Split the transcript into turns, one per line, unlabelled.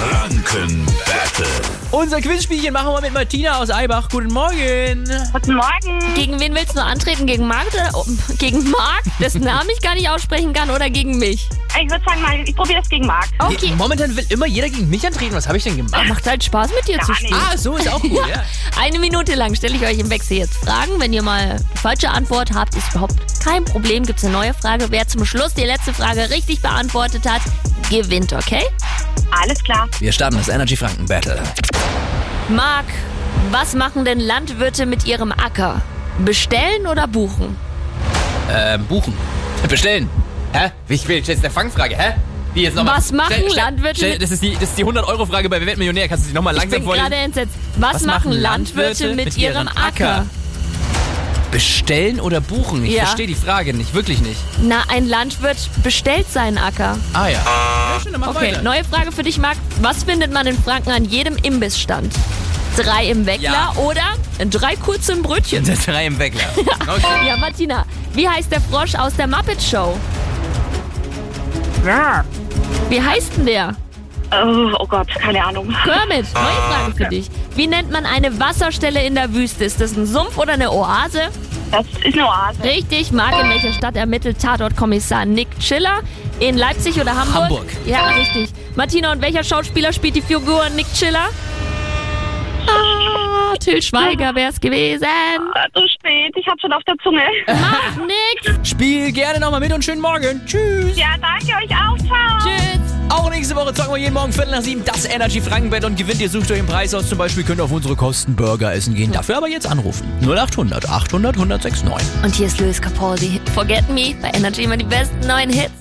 Franken Battle.
Unser Quizspielchen machen wir mit Martina aus Eibach. Guten Morgen.
Guten Morgen.
Gegen wen willst du antreten? Gegen Marc? oder- oh, Gegen Marc, dessen Namen ich gar nicht aussprechen kann, oder gegen mich?
Ich würde sagen, mal, ich probiere es gegen Marc.
Okay.
Momentan will immer jeder gegen mich antreten. Was habe ich denn gemacht?
Macht halt Spaß mit dir zu
nicht.
spielen.
Ah, so ist auch gut. ja.
Eine Minute lang stelle ich euch im Wechsel jetzt Fragen. Wenn ihr mal eine falsche Antwort habt, ist überhaupt kein Problem. Gibt es eine neue Frage. Wer zum Schluss die letzte Frage richtig beantwortet hat, gewinnt, okay?
Alles klar.
Wir starten das Energy Franken Battle.
Marc, was machen denn Landwirte mit ihrem Acker? Bestellen oder buchen?
Ähm, buchen. Bestellen. Hä? Wie ich will, das ist eine Fangfrage, hä? Wie jetzt nochmal?
Was machen
Stell- stell-
Landwirte
stell-
mit-
Das ist die, das ist die 100-Euro-Frage bei Wer wird Millionär? Kannst du sie nochmal
ich
langsam
bin gerade
vorlesen?
entsetzt. Was, machen Landwirte mit, ihrem Acker?
Bestellen oder buchen? Ich
Ja.
verstehe die Frage nicht, wirklich nicht.
Na, ein Landwirt bestellt seinen Acker.
Ah ja. ja schön, dann mach
Okay,
weiter.
neue Frage für dich, Marc. Was findet man in Franken an jedem Imbissstand? Drei im Weckler
Ja.
oder drei kurze im Brötchen?
Das drei im Weckler. Okay.
Ja, Martina, wie heißt der Frosch aus der Muppet Show?
Ja.
Wie heißt denn der?
Oh, oh Gott, keine Ahnung.
Kermit,
Ah,
neue Frage für dich. Wie nennt man eine Wasserstelle in der Wüste? Ist das ein Sumpf oder eine Oase?
Das ist eine Oase.
Richtig, Marc, in welcher Stadt ermittelt Tatortkommissar Nick Chiller? In Leipzig oder Hamburg?
Hamburg.
Ja, richtig. Martina, und welcher Schauspieler spielt die Figur Nick Chiller? Ah, Till Schweiger wär's gewesen.
Ah, Zu spät, ich habe schon auf der Zunge.
Macht nix.
Spiel gerne nochmal mit und schönen Morgen. Tschüss.
Ja, danke euch auch. Ciao.
Tschüss.
Auch nächste Woche zocken wir jeden Morgen Viertel nach sieben das Energy Frankenbett und gewinnt. Ihr sucht euch einen Preis aus. Zum Beispiel könnt ihr auf unsere Kosten Burger essen gehen. Dafür aber jetzt anrufen. 0800 800 1069.
Und hier ist Luis Capaldi. Forget Me bei Energy immer die besten neuen Hits.